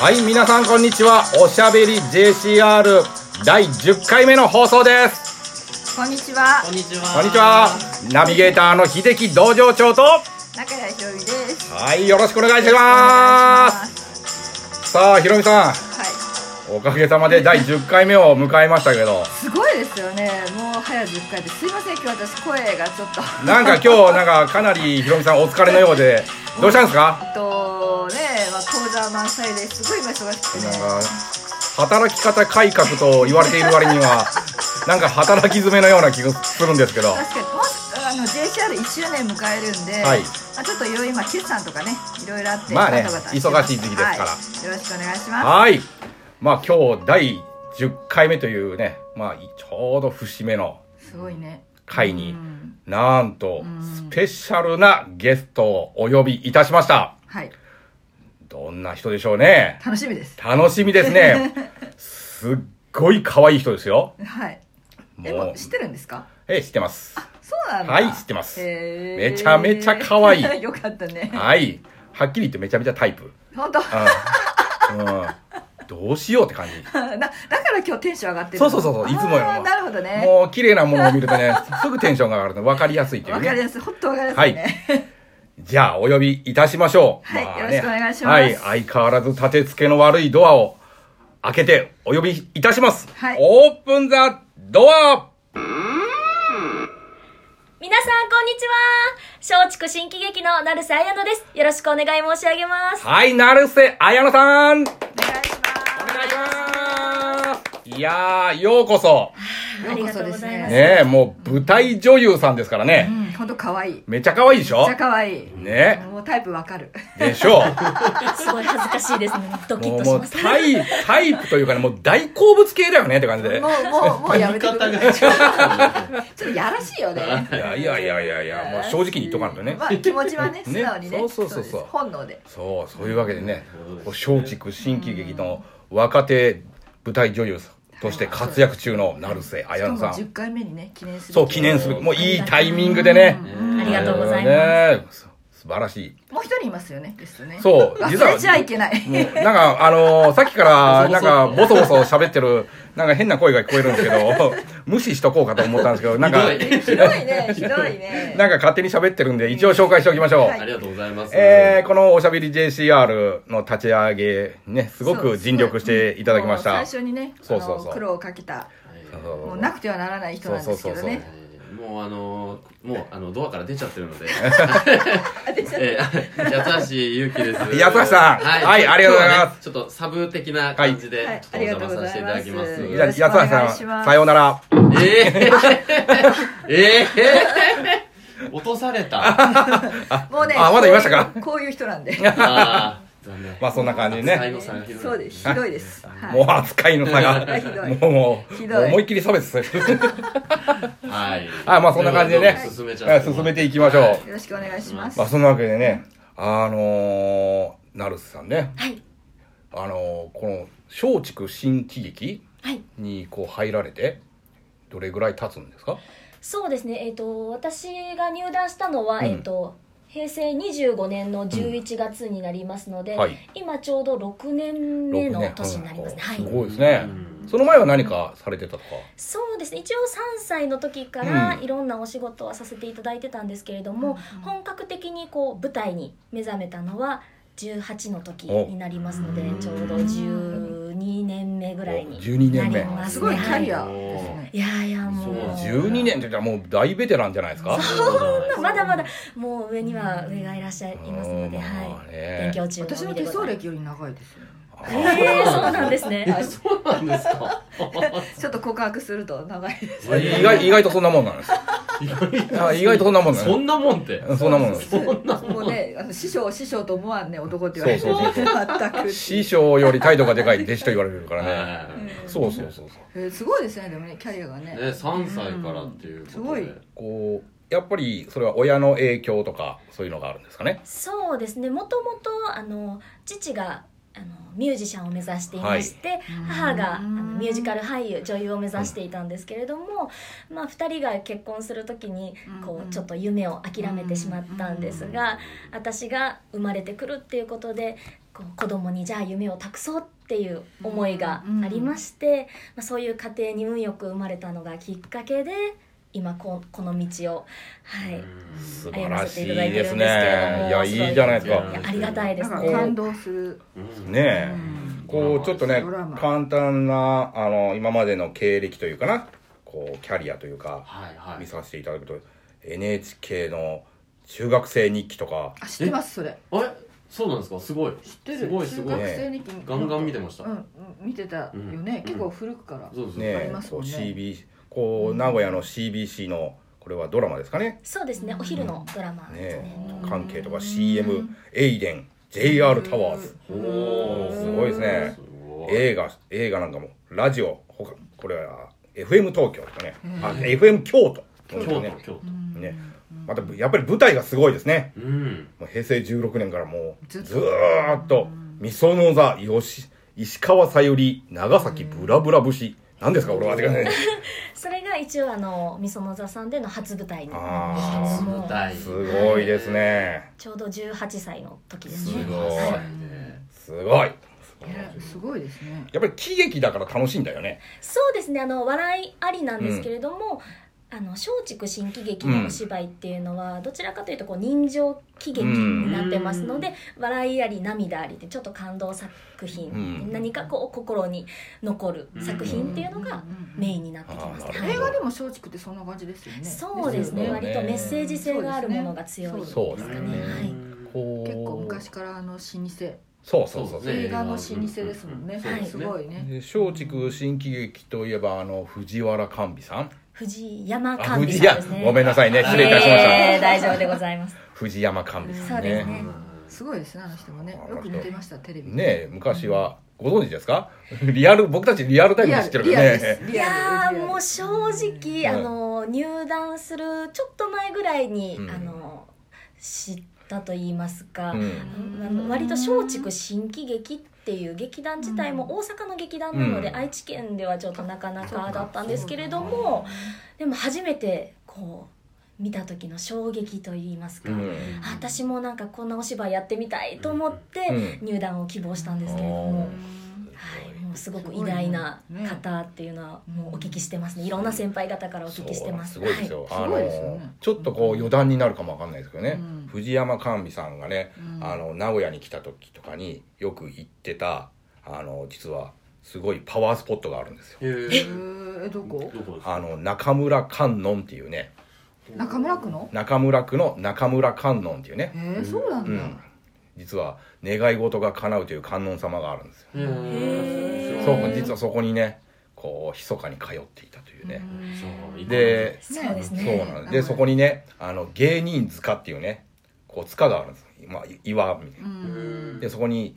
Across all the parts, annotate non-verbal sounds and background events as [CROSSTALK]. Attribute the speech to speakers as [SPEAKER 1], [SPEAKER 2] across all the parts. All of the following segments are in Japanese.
[SPEAKER 1] はい、皆さんこんにちは。おしゃべり JCR 第10回目の放送です。
[SPEAKER 2] こんにちは
[SPEAKER 3] こん、にちは。
[SPEAKER 1] こんにちは。ナビゲーターの秀樹道場長と、は
[SPEAKER 2] 中谷ひろみです。
[SPEAKER 1] い、よろしくお願いし
[SPEAKER 2] よろしくお願
[SPEAKER 1] ま
[SPEAKER 2] いし
[SPEAKER 1] す。
[SPEAKER 2] す。
[SPEAKER 1] さあ、ひろみさん、
[SPEAKER 2] は
[SPEAKER 1] おかげさまで第10回目を迎えましたけど、
[SPEAKER 2] い、すごいですよね。もう早10回です。すいません、今日私声がちょっと。
[SPEAKER 1] なんか
[SPEAKER 2] [LAUGHS]
[SPEAKER 1] 今日、なんかかなりひろみさんお疲れのようで、どうしたんですか
[SPEAKER 2] えっとね、まあ講座満載ですごい今忙しくて
[SPEAKER 1] な
[SPEAKER 2] ね
[SPEAKER 1] ん。か働き方改革と言われている割には、なんか働き詰めのような気がするんですけど、
[SPEAKER 2] 確かにもしあの JCR 1周年迎えるんで、
[SPEAKER 1] はい
[SPEAKER 2] まあちょっといろいろ今決算とかね、いろいろあって
[SPEAKER 1] まあね
[SPEAKER 2] バタバタ
[SPEAKER 1] 忙しい時期ですから
[SPEAKER 2] はいよろしくお願いしま
[SPEAKER 1] はい。まあ今日第10回目というね、まあちょうど節目の
[SPEAKER 2] す。すごいね。
[SPEAKER 1] 回に
[SPEAKER 2] う、ん
[SPEAKER 1] なんと
[SPEAKER 2] ん
[SPEAKER 1] スペシャルなゲストをお呼びいたしました。
[SPEAKER 2] はい、
[SPEAKER 1] どんな人でしょうね。
[SPEAKER 2] 楽しみです。
[SPEAKER 1] 楽しみです
[SPEAKER 2] [LAUGHS]
[SPEAKER 1] ね。すっごい可愛い人ですよ。
[SPEAKER 2] はい。え、
[SPEAKER 1] も
[SPEAKER 2] も
[SPEAKER 1] う
[SPEAKER 2] う、知ってるんですか。
[SPEAKER 1] え、知ってます。
[SPEAKER 2] そうなんだ。
[SPEAKER 1] はい知ってます
[SPEAKER 2] へー
[SPEAKER 1] めちゃめちゃ可
[SPEAKER 2] [LAUGHS]
[SPEAKER 1] 愛い
[SPEAKER 2] よかったね。
[SPEAKER 1] はい。はっきり言ってめちゃめちゃタイプ。
[SPEAKER 2] 本当。 [LAUGHS]
[SPEAKER 1] うん。うん、どうしようって感じ。
[SPEAKER 2] なだから今日テンション上がってる
[SPEAKER 1] そう
[SPEAKER 2] の
[SPEAKER 1] そうそうそういつもよ
[SPEAKER 2] あーなるほどね
[SPEAKER 1] もう綺麗なものを見るとね、 [LAUGHS] すぐテンションが上がるの分かりやすいという
[SPEAKER 2] わかり
[SPEAKER 1] ね。
[SPEAKER 2] やすい本当わかりやすいね、
[SPEAKER 1] じゃあ、お呼びいたしましょう。
[SPEAKER 2] はい
[SPEAKER 1] まあ
[SPEAKER 2] よろしくお願いします
[SPEAKER 1] はい、相変わらず立て付けの悪いドアを開けてお呼びいたします。
[SPEAKER 2] はい
[SPEAKER 1] オープンザドア
[SPEAKER 4] 皆さんこんにちは松竹新喜劇の成瀬彩乃ですよろしくお願い申し上げます
[SPEAKER 1] はい、成瀬彩乃さんお願いし
[SPEAKER 2] お願いし
[SPEAKER 1] ますいやー、ようこそ。
[SPEAKER 2] ますようこそですね
[SPEAKER 4] ありがとうございます
[SPEAKER 1] ねえ、もう舞台女優さんですから
[SPEAKER 2] う
[SPEAKER 1] ね。
[SPEAKER 2] ん本当可愛い
[SPEAKER 1] めちゃ可愛いでし
[SPEAKER 2] めっ
[SPEAKER 1] ょ
[SPEAKER 2] ちゃ可愛い
[SPEAKER 1] ね
[SPEAKER 2] もうタイプわかる
[SPEAKER 1] でしょ
[SPEAKER 4] [LAUGHS] すごい恥ずかしいですねドキ
[SPEAKER 1] も
[SPEAKER 4] ッ
[SPEAKER 1] う
[SPEAKER 4] と
[SPEAKER 1] も
[SPEAKER 4] し
[SPEAKER 1] う
[SPEAKER 4] ます
[SPEAKER 1] タイタイプというかねもう大好物系だよねって感じで
[SPEAKER 2] もうもう
[SPEAKER 1] [LAUGHS]
[SPEAKER 2] もうやめてくださいちょっとやらしいよね
[SPEAKER 1] いや
[SPEAKER 2] [LAUGHS]
[SPEAKER 1] いやいやいやいやもう正直に言っとかんとね
[SPEAKER 2] まあ気持ちはね素直にね
[SPEAKER 1] [LAUGHS] ねそうそうそうそう
[SPEAKER 2] です本能で
[SPEAKER 1] そうそういうわけでねこう松竹新喜劇の若手舞台女優として活躍中の成瀬
[SPEAKER 2] し
[SPEAKER 1] 綾
[SPEAKER 2] か
[SPEAKER 1] 乃
[SPEAKER 2] も
[SPEAKER 1] さん
[SPEAKER 2] 10回目にね記念する
[SPEAKER 1] そう記念すべきもういいタイミングでね
[SPEAKER 4] ありがとうございます、
[SPEAKER 1] ます素晴らしい
[SPEAKER 2] もう一人いますよねゲストね
[SPEAKER 1] そう
[SPEAKER 2] 忘れちゃいけない
[SPEAKER 1] もうなんかあのーさっきからなんかボソボソ喋ってるなんか変な声が聞こえるんですけど [LAUGHS] 無視しとこうかと思ったんですけどなんか
[SPEAKER 3] ひど
[SPEAKER 2] [LAUGHS] ひどいねひどいね
[SPEAKER 1] なんか勝手に喋ってるんで、一応紹介しておきましょう。
[SPEAKER 2] はい
[SPEAKER 3] ありがとうございます。
[SPEAKER 1] えーこのおしゃべり JCR の立ち上げ、ね、すご
[SPEAKER 2] そう
[SPEAKER 1] く
[SPEAKER 2] です
[SPEAKER 1] 尽力していただきまし
[SPEAKER 2] もう
[SPEAKER 1] た。
[SPEAKER 2] 最初にね
[SPEAKER 1] そうそうそう
[SPEAKER 2] あの苦労をかけた
[SPEAKER 3] はい
[SPEAKER 1] そうそう
[SPEAKER 2] もうなくてはならない人なんですけど
[SPEAKER 1] そうそうそう
[SPEAKER 2] ね
[SPEAKER 3] えーもうあのーもうあのドアから出ちゃってるので、
[SPEAKER 2] あでじゃあ
[SPEAKER 3] えー、八橋ゆうきです。
[SPEAKER 1] [LAUGHS] 八橋さんはいありがとうございます
[SPEAKER 3] 今日はねちょっとサブ的な感じ
[SPEAKER 2] はい
[SPEAKER 3] でちょっとお邪魔させていただきま
[SPEAKER 2] はいあ
[SPEAKER 3] す。
[SPEAKER 2] り
[SPEAKER 1] じ
[SPEAKER 2] が
[SPEAKER 1] ゃ
[SPEAKER 2] と
[SPEAKER 1] あ、
[SPEAKER 2] うございま
[SPEAKER 1] 安原
[SPEAKER 2] よ
[SPEAKER 1] さん、
[SPEAKER 2] ろしくお願いします
[SPEAKER 1] さようなら。
[SPEAKER 3] えー、えー、落とされ
[SPEAKER 1] [LAUGHS]
[SPEAKER 3] た。
[SPEAKER 2] もうね
[SPEAKER 1] あまだいましたか
[SPEAKER 2] こういうこういう人なんで
[SPEAKER 3] あー残念。
[SPEAKER 1] まあ、そんな感じで
[SPEAKER 3] 最
[SPEAKER 1] ね。
[SPEAKER 3] 後さんひどい
[SPEAKER 2] そうですひどい
[SPEAKER 1] [LAUGHS]
[SPEAKER 2] です
[SPEAKER 1] もう
[SPEAKER 2] は
[SPEAKER 1] 扱いの差が
[SPEAKER 2] ひどい、
[SPEAKER 1] もうもう、
[SPEAKER 2] ひ
[SPEAKER 1] も
[SPEAKER 2] どいう
[SPEAKER 1] 思いっきり差別 [LAUGHS] する。
[SPEAKER 3] はい。
[SPEAKER 1] あまあ、そんな感じでね
[SPEAKER 3] どんどん進めち、ゃ
[SPEAKER 1] は
[SPEAKER 3] っ
[SPEAKER 1] い
[SPEAKER 3] て
[SPEAKER 1] 進めていきましょう。
[SPEAKER 2] いよろしくお願いします
[SPEAKER 1] まあ、そんなわけでね、あのー、成瀬さんね、
[SPEAKER 4] はい
[SPEAKER 1] あのーこの、松竹新喜劇
[SPEAKER 4] はい
[SPEAKER 1] にこう入られて、どれぐらい経つんですか
[SPEAKER 4] そうですねえっ、と私が入団したのは、
[SPEAKER 1] うん
[SPEAKER 4] えっ、と平成25年の11月になりますので、
[SPEAKER 1] うんはい
[SPEAKER 4] 今ちょうど6年目の年になりますね、は
[SPEAKER 1] す
[SPEAKER 4] い
[SPEAKER 1] ごいですね
[SPEAKER 3] うん
[SPEAKER 1] その前は何かされてたとか
[SPEAKER 4] そうですね一応3歳の時から
[SPEAKER 1] うん
[SPEAKER 4] いろんなお仕事はさせていただいてたんですけれども、本格的にこう舞台に目覚めたのは18の時になりますので
[SPEAKER 3] お
[SPEAKER 4] ちょうど12年目ぐらいに
[SPEAKER 1] お12年目
[SPEAKER 4] なります,、ね、
[SPEAKER 2] すごいキャリア
[SPEAKER 3] おー
[SPEAKER 2] ですね
[SPEAKER 4] いやいやもう
[SPEAKER 3] そう
[SPEAKER 1] 12年って言ったらもう大ベテランじゃないですか
[SPEAKER 3] そ
[SPEAKER 4] まだまだもう上には上がいらっしゃいますので、
[SPEAKER 1] うんま
[SPEAKER 4] は
[SPEAKER 1] あ
[SPEAKER 4] い、
[SPEAKER 1] ね
[SPEAKER 4] 勉強中の
[SPEAKER 2] 私
[SPEAKER 4] 身
[SPEAKER 2] の
[SPEAKER 4] で
[SPEAKER 2] 手
[SPEAKER 4] ござ
[SPEAKER 2] 相
[SPEAKER 4] います
[SPEAKER 2] 歴より長いですよね
[SPEAKER 4] えー、そうなんですね
[SPEAKER 3] うなんですか。
[SPEAKER 2] ちょっと告白すると長いです
[SPEAKER 1] 意外意外とそんなもんなんですあ意外とそんなもんなんで
[SPEAKER 3] そんなもんって。
[SPEAKER 1] すそんなもんなんです
[SPEAKER 3] そんなもん
[SPEAKER 2] もうねあの師匠師匠と思わんね男って言われて
[SPEAKER 1] そうそうそう
[SPEAKER 2] 全く
[SPEAKER 1] 師匠より態度がでかい弟子と言われるからね
[SPEAKER 3] は
[SPEAKER 1] そうそうそうそう
[SPEAKER 2] えーすごいですねでもねキャリアが
[SPEAKER 3] い
[SPEAKER 2] ね
[SPEAKER 3] ね、三歳からっていうことで。
[SPEAKER 2] すごい
[SPEAKER 1] こうやっぱりそれは親の影響とかそういうのがあるんですかね
[SPEAKER 4] そうですねもともとあの父があのミュージシャンを目指していまして、母があのミュージカル俳優女優を目指していたんですけれども、まあ、2人が結婚する時にこ
[SPEAKER 2] うん
[SPEAKER 4] うちょっと夢を諦めてしまったんですが私が生まれてくるっていうことでこう子供にじゃあ夢を託そうっていう思いがありまして、まあ、そういう家庭に運よく生まれたのがきっかけで今ここの道をはい
[SPEAKER 1] 素晴
[SPEAKER 4] 晴ら
[SPEAKER 1] ら
[SPEAKER 4] し
[SPEAKER 1] し
[SPEAKER 4] い
[SPEAKER 1] い
[SPEAKER 4] で
[SPEAKER 1] ですす
[SPEAKER 4] ね
[SPEAKER 1] ね。いや、いいじゃないです
[SPEAKER 4] い
[SPEAKER 1] か
[SPEAKER 4] や。ありがたいで
[SPEAKER 2] な
[SPEAKER 4] す
[SPEAKER 2] んか
[SPEAKER 4] ね。
[SPEAKER 2] 感動する
[SPEAKER 1] ね
[SPEAKER 2] う
[SPEAKER 1] え。こう、ちょっとね
[SPEAKER 2] ドラマ、
[SPEAKER 1] 簡単な、あの、今までの経歴というかな、こう、キャリアというか、
[SPEAKER 3] はいは
[SPEAKER 1] 見
[SPEAKER 3] い
[SPEAKER 1] させていただくと、NHK の中学生日記とか、
[SPEAKER 2] あ知ってますそれ
[SPEAKER 3] あれそうなんですかすごい
[SPEAKER 2] 知ってる
[SPEAKER 3] すごいすごい
[SPEAKER 2] 中学生日記
[SPEAKER 3] ガンガン見てました
[SPEAKER 2] うんうん見てたよ
[SPEAKER 3] う
[SPEAKER 2] ね
[SPEAKER 3] ん
[SPEAKER 2] 結構古くから
[SPEAKER 3] そうです
[SPEAKER 1] ね
[SPEAKER 2] あり
[SPEAKER 1] え
[SPEAKER 2] ます、
[SPEAKER 1] こ
[SPEAKER 2] も
[SPEAKER 1] う、
[SPEAKER 2] んね
[SPEAKER 1] CBC、こう、名古屋の CBC の、これはドラマですかね。
[SPEAKER 4] そうですね、お昼のドラマです
[SPEAKER 1] ね
[SPEAKER 4] ね。
[SPEAKER 1] え、関係と
[SPEAKER 2] う
[SPEAKER 1] か
[SPEAKER 2] ん
[SPEAKER 1] CM、エイデン、JR タワーズ。
[SPEAKER 3] おお
[SPEAKER 1] すごいですね
[SPEAKER 3] すごい
[SPEAKER 1] 映画映画なんかもラジオほかこれは FM 東京とかね、あ
[SPEAKER 2] うん
[SPEAKER 1] FM 京都
[SPEAKER 3] 京都京
[SPEAKER 1] ねまたやっぱり舞台がすごいですね
[SPEAKER 3] 都うん
[SPEAKER 1] もう平成16年からもう
[SPEAKER 2] ず
[SPEAKER 1] ず
[SPEAKER 2] っと
[SPEAKER 1] ーっと「みその座よし石川さゆり長崎ブラブラ節」なんですか俺は間違いない
[SPEAKER 4] それが一応あのみその座さんでの初舞台に
[SPEAKER 1] あ
[SPEAKER 3] 初
[SPEAKER 1] ー
[SPEAKER 3] 舞台
[SPEAKER 1] すごいですね
[SPEAKER 4] ちょうど18歳の時です
[SPEAKER 3] すごい
[SPEAKER 4] ね。
[SPEAKER 1] すごい
[SPEAKER 2] いやすごいですね
[SPEAKER 1] やっぱり喜劇だから楽しいんだよね
[SPEAKER 4] そうですねあの笑いありなんですけれども、あの松竹新喜劇のお芝居っていうのは、どちらかというとこう人情喜劇になってますので、笑いあり涙ありでちょっと感動作品、
[SPEAKER 1] うん
[SPEAKER 4] 何かこう心に残る作品っていうのがメインになってきます、
[SPEAKER 1] うん
[SPEAKER 4] はい
[SPEAKER 1] なる
[SPEAKER 2] 映画でも松竹ってそんな感じですよね
[SPEAKER 4] そうですね
[SPEAKER 1] ですよね
[SPEAKER 4] 割とメッセージ性があるものが強いですかね
[SPEAKER 1] そうですね
[SPEAKER 4] はい
[SPEAKER 1] こう
[SPEAKER 2] 結構昔からあの老舗
[SPEAKER 1] そうそうそう
[SPEAKER 3] そうですね
[SPEAKER 2] 映画の老舗ですもんね
[SPEAKER 3] うん
[SPEAKER 4] うんうん
[SPEAKER 2] すごいね
[SPEAKER 1] で松竹新喜劇といえばあの藤原寛美さん
[SPEAKER 4] 藤山
[SPEAKER 1] あ
[SPEAKER 4] 寛美
[SPEAKER 1] 藤
[SPEAKER 4] さん
[SPEAKER 1] 山
[SPEAKER 4] ですね
[SPEAKER 1] ごめんなさいね失礼いたしました、
[SPEAKER 4] えー大丈夫でございます
[SPEAKER 1] 藤山寛美さ
[SPEAKER 4] そうんです
[SPEAKER 1] ね
[SPEAKER 4] ね
[SPEAKER 2] すごいですねあの人もねよく似てましたテレビ
[SPEAKER 1] ねえ昔はご存知ですかリアル僕たちリアルタイムで知ってる
[SPEAKER 2] リ
[SPEAKER 1] か
[SPEAKER 2] ア
[SPEAKER 1] ら
[SPEAKER 2] ルです
[SPEAKER 1] ね
[SPEAKER 4] い
[SPEAKER 2] リア
[SPEAKER 4] や
[SPEAKER 2] ル
[SPEAKER 4] ーもう正直、
[SPEAKER 1] うん
[SPEAKER 4] あの入団するちょっと前ぐらいに、
[SPEAKER 1] うん
[SPEAKER 4] あの知ったと言いますか、
[SPEAKER 1] うん
[SPEAKER 4] あの割と松竹新喜劇っていう劇団自体も大阪の劇団なので、
[SPEAKER 1] うん
[SPEAKER 4] 愛知県ではちょっとなかなかだったんですけれどもでも初めてこう見た時の衝撃と言いますか、
[SPEAKER 3] うん
[SPEAKER 4] あ私もなんかこんなお芝居やってみたいと思って
[SPEAKER 1] う
[SPEAKER 4] 入団を希望したんですけれども。
[SPEAKER 1] うん
[SPEAKER 4] はい、もうすごく偉大な方っていうのはもうお聞きしてますね。いろんな先輩方からお聞きしてます。
[SPEAKER 1] そうすごいですよ、
[SPEAKER 2] はい
[SPEAKER 1] あ
[SPEAKER 2] す
[SPEAKER 1] の
[SPEAKER 2] ごいですよね
[SPEAKER 1] ちょっとこう余談になるかもわかんないですけどね、
[SPEAKER 2] うん
[SPEAKER 1] 藤山寛美さんがね、
[SPEAKER 2] うん
[SPEAKER 1] あの名古屋に来た時とかによく行ってたあの実はすごいパワースポットがあるんですよ
[SPEAKER 3] え
[SPEAKER 2] えーどこ
[SPEAKER 3] どこです
[SPEAKER 1] あ
[SPEAKER 3] か
[SPEAKER 1] の中村観音っていうね
[SPEAKER 2] 中村区の
[SPEAKER 1] 中村区の中村観音っていうね、
[SPEAKER 2] えーそうなんだ
[SPEAKER 1] うん実は願い事が叶うという観音様があるんですよ
[SPEAKER 3] へえ
[SPEAKER 1] そうか実はそこにねこう密かに通っていたというね、
[SPEAKER 3] そう
[SPEAKER 1] で
[SPEAKER 4] そうです
[SPEAKER 1] そう
[SPEAKER 4] ね。
[SPEAKER 1] なのでそこにねあの芸人塚っていうねこう塚があるんです、まあ、岩みたいな
[SPEAKER 2] うん
[SPEAKER 1] でそこに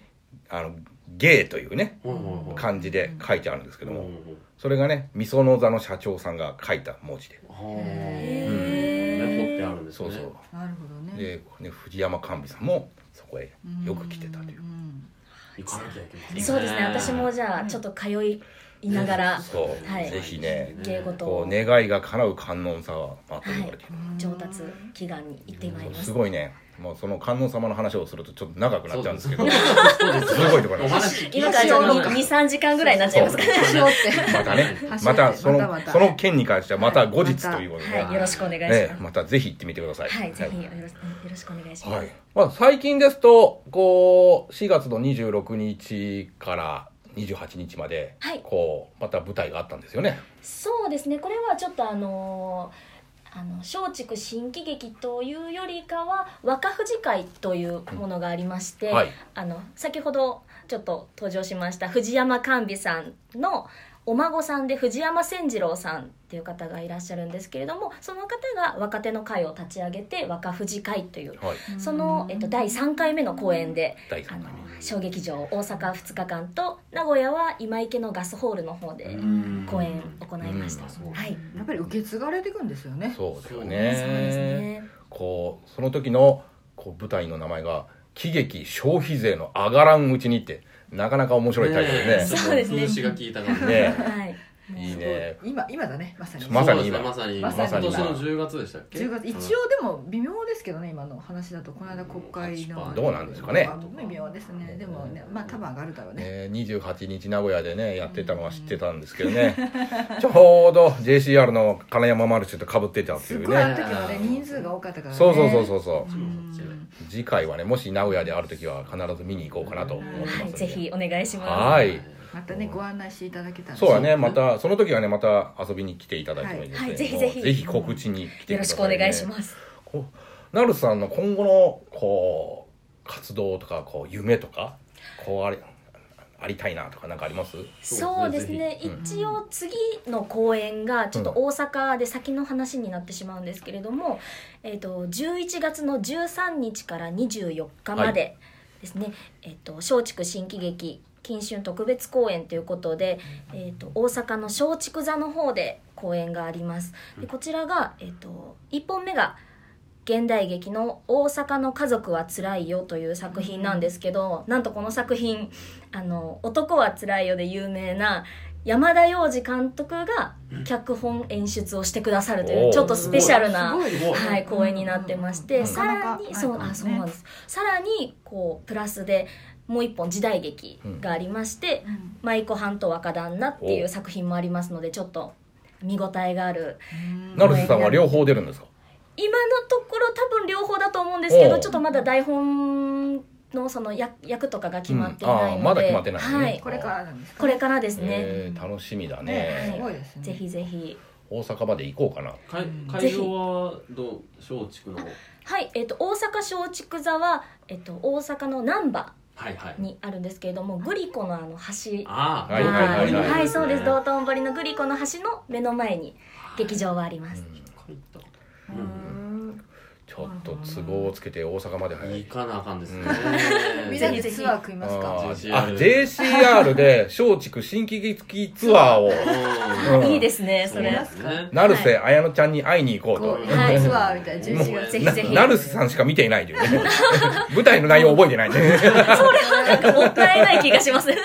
[SPEAKER 1] あの芸というね
[SPEAKER 3] ん
[SPEAKER 1] 漢字で書いてあるんですけ
[SPEAKER 3] け
[SPEAKER 1] どもそれがねみその座の社長さんが書いた文字で
[SPEAKER 3] へ
[SPEAKER 4] へー
[SPEAKER 3] ってあるんです
[SPEAKER 1] そ
[SPEAKER 3] ね
[SPEAKER 1] うそう
[SPEAKER 2] なるほどね
[SPEAKER 1] でね藤山寛美さんもそこへよく来てたというん
[SPEAKER 3] 行かなきゃいけない
[SPEAKER 4] そうですね。私もじゃあちょっと通いながら
[SPEAKER 1] そう、
[SPEAKER 4] はい
[SPEAKER 1] ぜひね
[SPEAKER 4] 芸事
[SPEAKER 1] こ
[SPEAKER 4] を
[SPEAKER 1] う願いが叶う観音様あと言われている、
[SPEAKER 4] 上達祈願に行ってまいりますす。
[SPEAKER 1] ごいねもうその観音様の話をするとちょっと長くなっちゃうんですけど
[SPEAKER 3] す
[SPEAKER 1] [LAUGHS] すごいところ
[SPEAKER 3] お話聞き
[SPEAKER 4] 今
[SPEAKER 3] ま
[SPEAKER 4] から
[SPEAKER 3] し
[SPEAKER 4] ち
[SPEAKER 3] ょ
[SPEAKER 4] ょ
[SPEAKER 3] う
[SPEAKER 4] っと2、3時間ぐらいになっちゃいますか
[SPEAKER 2] うんしようって
[SPEAKER 1] またね
[SPEAKER 2] はい、
[SPEAKER 1] またその
[SPEAKER 2] またまた
[SPEAKER 1] その件に関してはまた後日
[SPEAKER 2] はい
[SPEAKER 1] ということで、
[SPEAKER 4] ら。はい、よろしくお願いします。
[SPEAKER 1] ええまたぜひ行ってみてください。
[SPEAKER 4] はい、ぜひよろしよろしくお願いします。
[SPEAKER 1] はいまあ最近ですと、こう4月の26日から28日まで、
[SPEAKER 4] はい
[SPEAKER 1] こうまた舞台があったんですよね。
[SPEAKER 4] そうですねこれはちょっとあのーあの松竹新喜劇というよりかは若富士会というものがありまして、
[SPEAKER 1] うんはい
[SPEAKER 4] あの先ほどちょっと登場しました藤山寛美さんのお孫さんで藤山千次郎さんっていう方がいらっしゃるんですけれどもその方が若手の会を立ち上げて若富士会という
[SPEAKER 1] はい、
[SPEAKER 4] [LAUGHS] その、えっと、第3回目の公演で
[SPEAKER 1] 第
[SPEAKER 4] あ
[SPEAKER 1] 三
[SPEAKER 4] の
[SPEAKER 1] 回
[SPEAKER 4] 小劇場大阪2日間と名古屋は今池のガスホールの方で公演行いました、
[SPEAKER 3] うん
[SPEAKER 4] はい
[SPEAKER 2] やっぱり受け継がれていくんですよね
[SPEAKER 1] そうだよ
[SPEAKER 4] そうです
[SPEAKER 1] ね。
[SPEAKER 4] ね
[SPEAKER 1] こうその時のこう舞台の名前が喜劇消費税の上がらんうちにってなかなか面白いタイトルで
[SPEAKER 3] ね
[SPEAKER 1] す
[SPEAKER 4] そうですね [LAUGHS]
[SPEAKER 3] 風刺が効いた感じ
[SPEAKER 1] ね。ね
[SPEAKER 4] はい
[SPEAKER 2] もう
[SPEAKER 3] いいね
[SPEAKER 2] すごい今今だねまさに
[SPEAKER 1] まさに
[SPEAKER 3] そうですね
[SPEAKER 1] 今
[SPEAKER 3] まさに
[SPEAKER 2] まさに
[SPEAKER 3] 今年の10月でしたっけ
[SPEAKER 2] 10月一応でも微妙ですけどね今の話だとこの間国会の
[SPEAKER 1] どうなんですかね
[SPEAKER 2] 微妙ですねでもねまあ多分上がるだろうね
[SPEAKER 1] えー、28日名古屋でねやってたのは知ってたんですけどねちょうど JCR の金山マルチとかぶってたって
[SPEAKER 2] す
[SPEAKER 1] いう
[SPEAKER 2] ごい
[SPEAKER 1] ね
[SPEAKER 2] あの時はね人数が多かったからね
[SPEAKER 1] そうそうそうそううそううん次回はねもし名古屋である時は必ず見に行こうかなと思ってます
[SPEAKER 4] は
[SPEAKER 1] ん
[SPEAKER 4] い、
[SPEAKER 1] で
[SPEAKER 4] ぜひお願いしま
[SPEAKER 1] はい
[SPEAKER 2] またねご案内していただけたら
[SPEAKER 1] そうだねまたその時はねまた遊びに来ていただいてもいいですね、
[SPEAKER 4] はいはいぜひぜひ
[SPEAKER 1] もうぜひ告知に来
[SPEAKER 4] す。
[SPEAKER 1] て
[SPEAKER 4] よ
[SPEAKER 1] く
[SPEAKER 4] ろ
[SPEAKER 1] だ
[SPEAKER 4] し
[SPEAKER 1] さ
[SPEAKER 4] く
[SPEAKER 1] い、
[SPEAKER 4] お
[SPEAKER 1] ね、
[SPEAKER 4] 願いします。
[SPEAKER 1] こうなるさんの今後のこう活動とかこう夢とかこうあれありたいなとかなんかあります
[SPEAKER 4] そ
[SPEAKER 3] そうう
[SPEAKER 4] で
[SPEAKER 3] ですす
[SPEAKER 4] ね
[SPEAKER 3] ね
[SPEAKER 1] うん
[SPEAKER 4] 一応次の公演がちょっと大阪で先の話になってしまうんですけれども、えー、と11月の13日から24日までですね、えー、と松竹新喜劇金春特別公演ということで、えー、と大阪の松竹座の方で公演がありますでこちらが、えー、と1本目が現代劇の「大阪の家族はつらいよ」という作品なんですけどなんとこの作品あの「男はつらいよ」で有名な山田洋次監督が脚本演出をしてくださるとい
[SPEAKER 1] お
[SPEAKER 4] う
[SPEAKER 1] ー
[SPEAKER 4] ちょっとスペシャルな
[SPEAKER 2] すごいすごい
[SPEAKER 4] はい、公演になってまして、
[SPEAKER 2] うん
[SPEAKER 4] さらに、
[SPEAKER 2] なかなか
[SPEAKER 4] そ
[SPEAKER 2] ないかも
[SPEAKER 4] う、
[SPEAKER 2] ね
[SPEAKER 4] あ、そうなんです。さらに、こう、プラスで、もう一本時代劇がありまして、
[SPEAKER 2] うん
[SPEAKER 4] 舞妓半と若旦那ってい
[SPEAKER 1] お
[SPEAKER 4] う作品もありますので、ちょっと見応えがある。
[SPEAKER 2] うん
[SPEAKER 1] なるさんは両方出るんですか
[SPEAKER 4] 今のところ多分両方だと思うんですけ
[SPEAKER 1] お
[SPEAKER 4] ど、
[SPEAKER 1] う
[SPEAKER 4] ちょっとまだ台本のその役役とかが決まってい
[SPEAKER 1] うん
[SPEAKER 4] な
[SPEAKER 1] あ
[SPEAKER 4] いの
[SPEAKER 1] ー
[SPEAKER 4] で、
[SPEAKER 1] まだ決まってないのね
[SPEAKER 4] はい。
[SPEAKER 2] これからなんですか
[SPEAKER 4] これからですね。
[SPEAKER 1] えー楽しみだ
[SPEAKER 2] ね
[SPEAKER 1] ね
[SPEAKER 2] すごいですね
[SPEAKER 4] ぜひぜひ。
[SPEAKER 1] 大阪まで行こうかな
[SPEAKER 3] 会
[SPEAKER 4] ぜ
[SPEAKER 3] 会
[SPEAKER 4] ひ
[SPEAKER 3] 場はどう松竹の方
[SPEAKER 4] はい、えっ、と、大阪松竹座は、えっ、と、大阪の難波
[SPEAKER 3] はいはい
[SPEAKER 4] にあるんですけれども、グリコのあの橋
[SPEAKER 3] ああ
[SPEAKER 1] はいはいはいはい
[SPEAKER 4] はいそうです道
[SPEAKER 3] ど
[SPEAKER 4] 頓堀のグリコの橋の目の前に劇場はあります、
[SPEAKER 3] う
[SPEAKER 1] ちょっと都合をつけて大阪まで
[SPEAKER 3] ん
[SPEAKER 1] 入
[SPEAKER 3] 行
[SPEAKER 1] る
[SPEAKER 3] かなあかんですね
[SPEAKER 2] みんな
[SPEAKER 4] ぜ
[SPEAKER 2] で
[SPEAKER 4] ひぜひ
[SPEAKER 2] ツアー組み
[SPEAKER 1] あ
[SPEAKER 2] ますか
[SPEAKER 1] ーあ JCR で松竹新喜劇ツアーを
[SPEAKER 3] うん
[SPEAKER 1] うん
[SPEAKER 4] いいですねそ
[SPEAKER 3] そう
[SPEAKER 4] れ
[SPEAKER 3] で
[SPEAKER 4] は
[SPEAKER 3] すね
[SPEAKER 1] 成瀬綾乃ちゃんに会いに行こう
[SPEAKER 2] こ
[SPEAKER 1] と
[SPEAKER 2] う、
[SPEAKER 4] はい
[SPEAKER 2] ツアーみたいな11
[SPEAKER 4] もう
[SPEAKER 2] 月
[SPEAKER 4] ぜひ
[SPEAKER 1] な
[SPEAKER 4] ぜひ
[SPEAKER 1] 成瀬さんしか見ていないというね舞台の内容覚えてないんで
[SPEAKER 4] なんかもったいない気がします
[SPEAKER 2] これ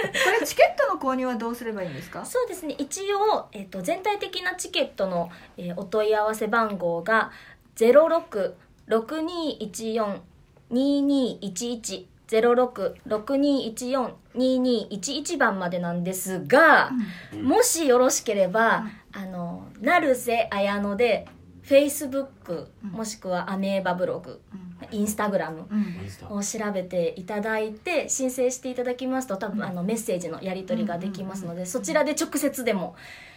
[SPEAKER 2] チケットの購入はどうすればいいんですか
[SPEAKER 4] そうですね一応、えっと全体的なチケットの、えーお問い合わせ番号が0662142211 0662142211番までなんですが、
[SPEAKER 3] うん
[SPEAKER 4] もしよろしければ、あの成瀬綾乃でフェイスブック
[SPEAKER 2] うん
[SPEAKER 4] もしくはアメーバブログ、インスタグラム
[SPEAKER 2] うん
[SPEAKER 3] インスタ
[SPEAKER 4] を調べていただいて申請していただきますと多分あのメッセージのやり取りができますので、そちらで直接でも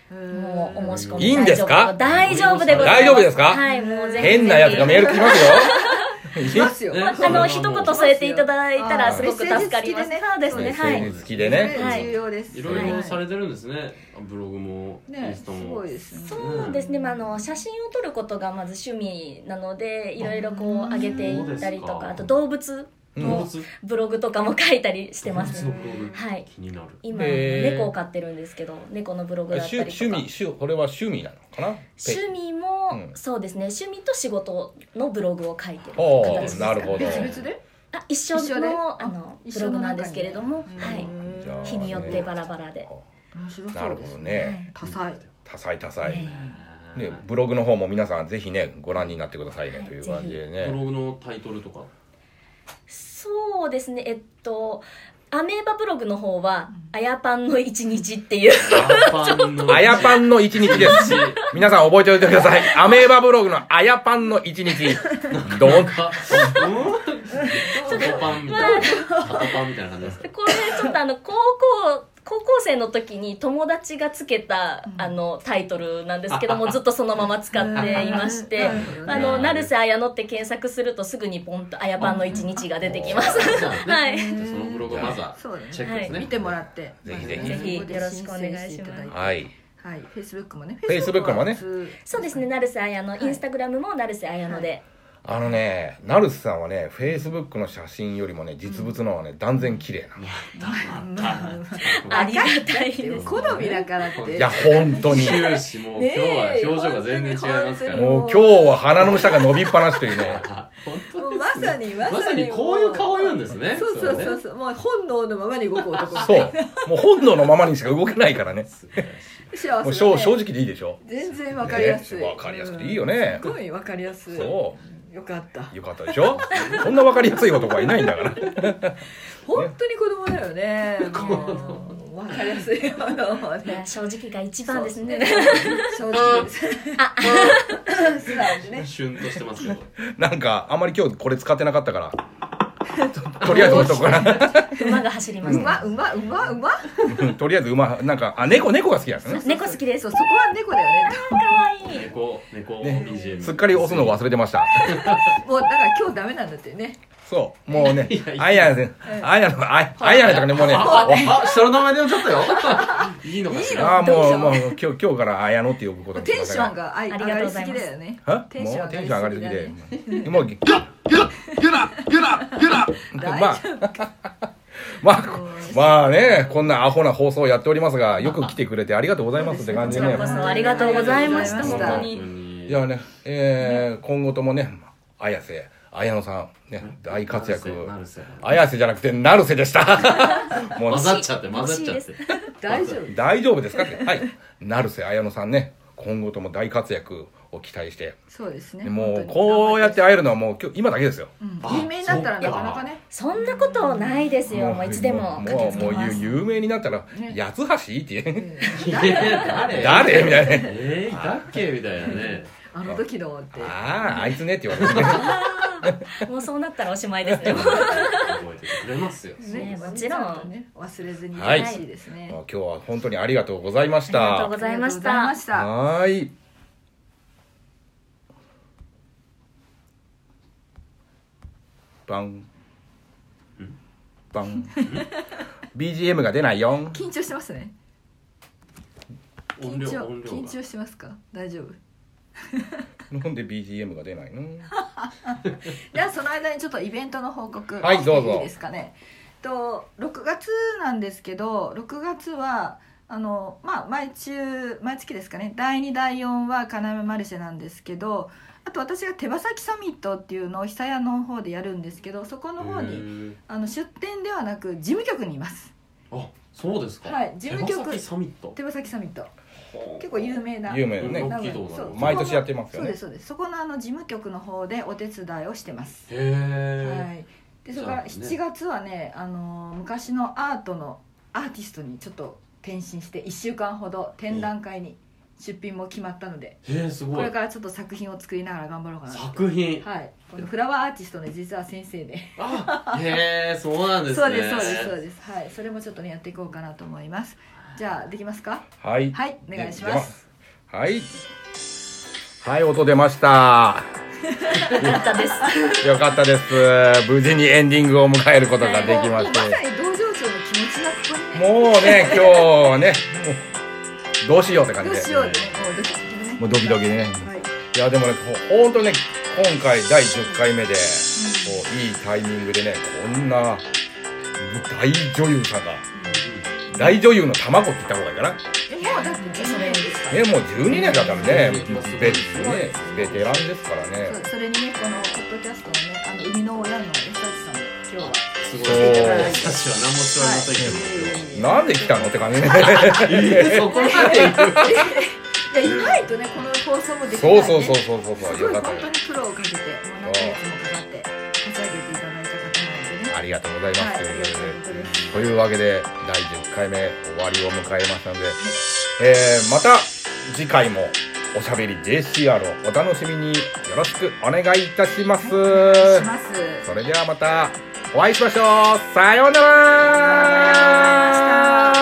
[SPEAKER 4] もうお申し込み
[SPEAKER 1] いいんですか
[SPEAKER 4] 大丈夫でございます
[SPEAKER 1] 大丈夫ですか
[SPEAKER 4] はいもうぜひぜひ
[SPEAKER 1] 変なやつがメール来ます
[SPEAKER 2] し [LAUGHS] ま
[SPEAKER 1] よ
[SPEAKER 2] すよ。
[SPEAKER 3] ね
[SPEAKER 4] あの一言添えていただいたら
[SPEAKER 1] あー
[SPEAKER 4] すごく助かります
[SPEAKER 2] メッ
[SPEAKER 4] そう
[SPEAKER 2] セ
[SPEAKER 4] で
[SPEAKER 2] ージ付き
[SPEAKER 4] す
[SPEAKER 2] で
[SPEAKER 4] ね
[SPEAKER 1] メッ
[SPEAKER 2] ね
[SPEAKER 1] セ
[SPEAKER 4] は
[SPEAKER 1] ー
[SPEAKER 4] い
[SPEAKER 1] ジ付きでね
[SPEAKER 2] それ重要です。
[SPEAKER 3] いろいろさ
[SPEAKER 2] れ
[SPEAKER 3] れてるんですねブログもイン
[SPEAKER 2] ね、
[SPEAKER 3] ス
[SPEAKER 2] す
[SPEAKER 3] タも
[SPEAKER 2] ごいですね。
[SPEAKER 4] そうですね、まあ、あの写真を撮ることがまず趣味なのでいろいろこう上げていったりと
[SPEAKER 3] そうです
[SPEAKER 4] か
[SPEAKER 3] か
[SPEAKER 4] あと動
[SPEAKER 3] 動
[SPEAKER 4] 物の
[SPEAKER 3] 物
[SPEAKER 4] ブログとかも書いたりしてます、
[SPEAKER 3] 動物のブログ
[SPEAKER 4] はい
[SPEAKER 3] 気になる
[SPEAKER 4] 今
[SPEAKER 1] へー
[SPEAKER 4] 猫を飼ってるんですけど猫のブログだった
[SPEAKER 1] 趣
[SPEAKER 4] りとか
[SPEAKER 1] 趣味趣これは趣味なのかな
[SPEAKER 4] 趣味も、
[SPEAKER 1] うん
[SPEAKER 4] そうですね趣味と仕事のブログを書いてる
[SPEAKER 1] おー
[SPEAKER 4] 形です
[SPEAKER 1] なるほど
[SPEAKER 2] 別々で
[SPEAKER 4] あ一緒の
[SPEAKER 2] 一緒で
[SPEAKER 4] あのブログなんですけれども、はい、
[SPEAKER 1] じゃあ
[SPEAKER 4] 日によってバラバラで、
[SPEAKER 2] 面白
[SPEAKER 1] な
[SPEAKER 2] そ
[SPEAKER 1] る
[SPEAKER 2] うで
[SPEAKER 1] ほ
[SPEAKER 2] す
[SPEAKER 1] ど
[SPEAKER 2] ね。
[SPEAKER 1] ね
[SPEAKER 2] 多彩。
[SPEAKER 1] 多彩多彩
[SPEAKER 4] ね
[SPEAKER 1] ねブログの方も皆さんぜひねご覧になってくださいねという感じで
[SPEAKER 3] ブ
[SPEAKER 1] ね
[SPEAKER 3] ログのタイトル [LAUGHS] とか
[SPEAKER 4] そうですねえっとアメーバブログの方は「あやパンの一日」っ
[SPEAKER 2] [LAUGHS]
[SPEAKER 4] ていう
[SPEAKER 1] あやパンの一日
[SPEAKER 4] [LAUGHS]
[SPEAKER 1] です皆さん覚えておいてくださいアメーバブログのあやパンの
[SPEAKER 4] [LAUGHS]
[SPEAKER 1] 一日どん
[SPEAKER 3] あ、うんタコパンみたいな。タコパンみたいな感じですか。
[SPEAKER 4] これちょっとあの高校高校生の時に友達がつけた、
[SPEAKER 2] うん
[SPEAKER 4] あのタイトルなんですけど
[SPEAKER 1] [LAUGHS]
[SPEAKER 4] もずっとそのまま使っていまして
[SPEAKER 2] う
[SPEAKER 4] 「
[SPEAKER 2] ん
[SPEAKER 4] あの成瀬綾乃」って検索するとすぐにポンと「あやばんの一日」が出てきます
[SPEAKER 3] そうですね
[SPEAKER 4] [LAUGHS] はい
[SPEAKER 3] じゃあそのブログをまずは
[SPEAKER 2] そうだね
[SPEAKER 3] チェックですね。
[SPEAKER 2] 見てもらって、
[SPEAKER 1] ぜひぜひ
[SPEAKER 2] まずね
[SPEAKER 4] ぜひよろしくお願いします
[SPEAKER 2] 申請てただて
[SPEAKER 1] はい
[SPEAKER 2] はい、Facebook もね。
[SPEAKER 1] Facebook もね
[SPEAKER 4] そうですね成瀬綾乃
[SPEAKER 2] い
[SPEAKER 4] インスタグラムも成瀬綾乃で、
[SPEAKER 1] あのね成瀬さんはねフェイスブックの写真よりもね実物の方がね断然綺麗なの
[SPEAKER 4] ありがたいです
[SPEAKER 2] 好みだからっ
[SPEAKER 1] い
[SPEAKER 2] て。
[SPEAKER 1] や本
[SPEAKER 4] [LAUGHS]
[SPEAKER 1] 当に
[SPEAKER 3] 終始もう今日は表情が全然違いますから。
[SPEAKER 1] もう今日は鼻の下が伸びっぱなしという
[SPEAKER 2] [LAUGHS]
[SPEAKER 1] ね
[SPEAKER 3] あ本
[SPEAKER 2] もうまさにま
[SPEAKER 3] 当まさに
[SPEAKER 2] も
[SPEAKER 3] こういう顔言うんですね。
[SPEAKER 2] そうそうそう
[SPEAKER 3] ね。
[SPEAKER 2] そう、もう本能のままに動く男。
[SPEAKER 1] そうもう本能のままにしか動けないからね
[SPEAKER 3] 素晴らしい
[SPEAKER 2] 幸
[SPEAKER 1] もう
[SPEAKER 2] せ
[SPEAKER 1] 正
[SPEAKER 2] だ、ね、
[SPEAKER 1] 正直でいいでしょ
[SPEAKER 2] 全然わかりやすい
[SPEAKER 1] ねわかりやすくていいよね
[SPEAKER 2] うんすごいわかりやすい
[SPEAKER 1] そ
[SPEAKER 2] よかった
[SPEAKER 1] うよかったでしょこんな分かりやすい男はいないんだ
[SPEAKER 2] [LAUGHS]
[SPEAKER 1] から
[SPEAKER 2] 本当に子供だよねもうわかりやすいよの
[SPEAKER 4] いや
[SPEAKER 2] ね
[SPEAKER 4] 正直が一番ですね。
[SPEAKER 2] 正直です素直にね
[SPEAKER 3] シュンとしてますけど
[SPEAKER 1] なんかあんまり今日これ使ってなかった
[SPEAKER 2] [LAUGHS]
[SPEAKER 1] からとりあえず置いとこうかな
[SPEAKER 4] 馬が走りま
[SPEAKER 2] う
[SPEAKER 4] した。
[SPEAKER 2] まうまうまうま
[SPEAKER 1] とりあえず馬なんかあ猫猫が好きなんですね
[SPEAKER 4] 猫好きです。
[SPEAKER 2] そうそこは猫だよね
[SPEAKER 4] 可愛い。
[SPEAKER 3] 猫猫
[SPEAKER 1] ね
[SPEAKER 3] BGM
[SPEAKER 1] すっかり押すの忘れてました
[SPEAKER 2] もうだから今日ダメなんだってね
[SPEAKER 1] そうもうね
[SPEAKER 3] いやいや
[SPEAKER 1] あやねあやのあやあやねとかねもうね
[SPEAKER 3] あああ下の名前でもちょっとよ [LAUGHS] いいのかしら
[SPEAKER 1] ああも
[SPEAKER 2] どうし
[SPEAKER 1] う
[SPEAKER 2] よう
[SPEAKER 1] もう今日今日からあやのって呼ぶことにし
[SPEAKER 2] テン
[SPEAKER 1] ま
[SPEAKER 2] シ
[SPEAKER 1] す
[SPEAKER 2] ョンが上
[SPEAKER 4] あり
[SPEAKER 2] が
[SPEAKER 4] がとう
[SPEAKER 2] り
[SPEAKER 4] ござ
[SPEAKER 2] す
[SPEAKER 4] い
[SPEAKER 2] ぎ
[SPEAKER 4] ます
[SPEAKER 2] だよね
[SPEAKER 1] は
[SPEAKER 2] テン
[SPEAKER 1] もう
[SPEAKER 2] ション
[SPEAKER 1] テンション上がりすぎ
[SPEAKER 2] 上がり
[SPEAKER 1] ですもうギュッギュッギュラギュラギュラギュラまあまあこまあねこんなアホな放送をやっておりますがよく来てくれてありがとうございますって感
[SPEAKER 4] こ
[SPEAKER 1] じ
[SPEAKER 4] ち
[SPEAKER 1] でね
[SPEAKER 4] らこそありがとうございました。
[SPEAKER 2] ありがとうご
[SPEAKER 4] 本当
[SPEAKER 2] ざ
[SPEAKER 1] い
[SPEAKER 4] に。
[SPEAKER 1] やね、えー今後ともね、綾瀬、綾野さん、ね、大活躍。
[SPEAKER 3] なるせなるせ
[SPEAKER 1] 綾瀬じゃなくて、成瀬でした。もう
[SPEAKER 3] 混、ざっちゃって混ざっちゃっ
[SPEAKER 4] 欲
[SPEAKER 3] て [LAUGHS]
[SPEAKER 4] しい
[SPEAKER 2] 大丈夫
[SPEAKER 1] 大丈夫ですかって。はい。成瀬綾野さんね、今後とも大活躍を期待して。
[SPEAKER 2] そうですね
[SPEAKER 1] でもう、こうやって会えるのはもう今日、今だけですよ。
[SPEAKER 2] うん
[SPEAKER 3] あ
[SPEAKER 2] 有名になったらなかなかね
[SPEAKER 4] そんなことないですよ。もういつでも駆
[SPEAKER 1] も
[SPEAKER 4] け
[SPEAKER 1] う、
[SPEAKER 4] つ
[SPEAKER 1] も
[SPEAKER 4] け
[SPEAKER 1] う、も
[SPEAKER 4] ま
[SPEAKER 1] う
[SPEAKER 4] す。
[SPEAKER 1] 有名になったら、
[SPEAKER 2] ね
[SPEAKER 1] 八つ橋って、
[SPEAKER 3] い
[SPEAKER 4] [LAUGHS]
[SPEAKER 3] や誰
[SPEAKER 1] 誰みたいなね。
[SPEAKER 3] えー、だっけみたいなね
[SPEAKER 2] あの時のって
[SPEAKER 1] ああ、あいつねって言われてね。 [LAUGHS]
[SPEAKER 4] もうそうなったらおしまいです [LAUGHS] ね。
[SPEAKER 3] 覚えててくれますよ
[SPEAKER 4] ねもちろん
[SPEAKER 2] ゃとね忘れずに
[SPEAKER 1] はい
[SPEAKER 2] いてほしいですね
[SPEAKER 1] もう今日は本当にありがとうございまし
[SPEAKER 4] ありがと
[SPEAKER 1] た
[SPEAKER 4] うご。ざいまし
[SPEAKER 2] ありがとうござい
[SPEAKER 4] た
[SPEAKER 2] ま。した
[SPEAKER 1] はーい。バン。バン。BGM が出ないよ。
[SPEAKER 2] 緊張してますね
[SPEAKER 3] 音
[SPEAKER 2] 緊
[SPEAKER 3] 量
[SPEAKER 2] 張
[SPEAKER 3] 音量
[SPEAKER 2] 緊
[SPEAKER 3] が
[SPEAKER 2] 張してますか大丈夫
[SPEAKER 1] なんで BGM が出ないの？
[SPEAKER 2] じゃあその間にちょっとイベントの報告
[SPEAKER 1] はいどうぞ
[SPEAKER 2] いいですかね。と6月なんですけど6月はあのまあ毎週毎月ですかね第2第4は金目マルシェなんですけどあと私が手羽先サミットっていうのを久屋の方でやるんですけどそこの方に
[SPEAKER 3] に
[SPEAKER 2] あの出店ではなく事務局にいます
[SPEAKER 3] あそうですか
[SPEAKER 2] はい事務局
[SPEAKER 3] 手羽先サミット
[SPEAKER 2] 手羽先サミット結構有名な
[SPEAKER 1] 有名ね。
[SPEAKER 2] 名
[SPEAKER 3] 大きいとこ
[SPEAKER 2] そ
[SPEAKER 3] だね
[SPEAKER 2] う
[SPEAKER 1] 毎年やってますよ
[SPEAKER 2] そう
[SPEAKER 1] ね
[SPEAKER 2] ですそうですそこのあの事務局の方でお手伝いをしてます
[SPEAKER 3] へえ、
[SPEAKER 2] はい、でそれから
[SPEAKER 3] そうなんです
[SPEAKER 2] 7
[SPEAKER 3] ね
[SPEAKER 2] 月はねあのー昔のアートのアーティストにちょっと転身して1週間ほど展覧会に出品も決まったので
[SPEAKER 3] へえす
[SPEAKER 2] こ
[SPEAKER 3] ご
[SPEAKER 2] れ
[SPEAKER 3] い
[SPEAKER 2] からちょっと作品を作りながら頑張ろうかなと
[SPEAKER 3] 作品
[SPEAKER 2] はいこのフラワーアーティストの実は先生で
[SPEAKER 3] あへえそうなんですね
[SPEAKER 2] そうですそうですそうですはいそれもちょっとねやっていこうかなと思いますじゃあできますか
[SPEAKER 1] はい。
[SPEAKER 2] はいお願いします
[SPEAKER 1] で。はい。はい、音出ました。
[SPEAKER 4] よかったです。
[SPEAKER 1] よかったです。無事にエンディングを迎えることができま
[SPEAKER 2] もう
[SPEAKER 1] し
[SPEAKER 2] ま
[SPEAKER 1] て。
[SPEAKER 2] さに同情者の気持ちがここにね
[SPEAKER 1] もうね、今日はね、もうどうしようって感じ
[SPEAKER 2] どう
[SPEAKER 1] で。
[SPEAKER 2] しようねも
[SPEAKER 1] もう
[SPEAKER 2] うドキドキね
[SPEAKER 1] ドキドキね。
[SPEAKER 2] はい
[SPEAKER 1] いやでもね、ほほんとね、今回第10回目で、こういいタイミングでね、こんな大女優さんが、大女優の卵って言った方がいいかな。ね、
[SPEAKER 2] えもうだって10年ですから
[SPEAKER 1] もう12年だからね、ベ
[SPEAKER 3] すごい
[SPEAKER 1] ねベテランですからね。
[SPEAKER 2] そそれにねこのポッドキャストのねあの生みの親の安橋さんも今日は
[SPEAKER 3] すごい
[SPEAKER 1] そう
[SPEAKER 3] 私たちは何もしておりません
[SPEAKER 1] なんで来たのって感じね。 [LAUGHS]
[SPEAKER 3] けど、そこまで行く
[SPEAKER 2] いやいないとねこの放送もできない、
[SPEAKER 1] そう
[SPEAKER 2] ね、
[SPEAKER 1] そうそう
[SPEAKER 2] す
[SPEAKER 1] そうそう、
[SPEAKER 2] ご
[SPEAKER 1] よ
[SPEAKER 2] い
[SPEAKER 1] か
[SPEAKER 2] 本
[SPEAKER 1] った
[SPEAKER 2] 当
[SPEAKER 1] よ
[SPEAKER 2] に。苦労をかけてもう何ヶ月もかかって立ち上げていただいた方なのでね
[SPEAKER 1] ありがとうございます。
[SPEAKER 2] はい
[SPEAKER 1] ということで
[SPEAKER 2] ありがとうございます
[SPEAKER 1] というわけで、第10回目終わりを迎えましたので、えーまた次回もおしゃべり JCR をお楽しみによろしくお願いいたします。
[SPEAKER 2] はいお願いします
[SPEAKER 1] それではまたお会いしましょう。さようなら
[SPEAKER 2] さようなら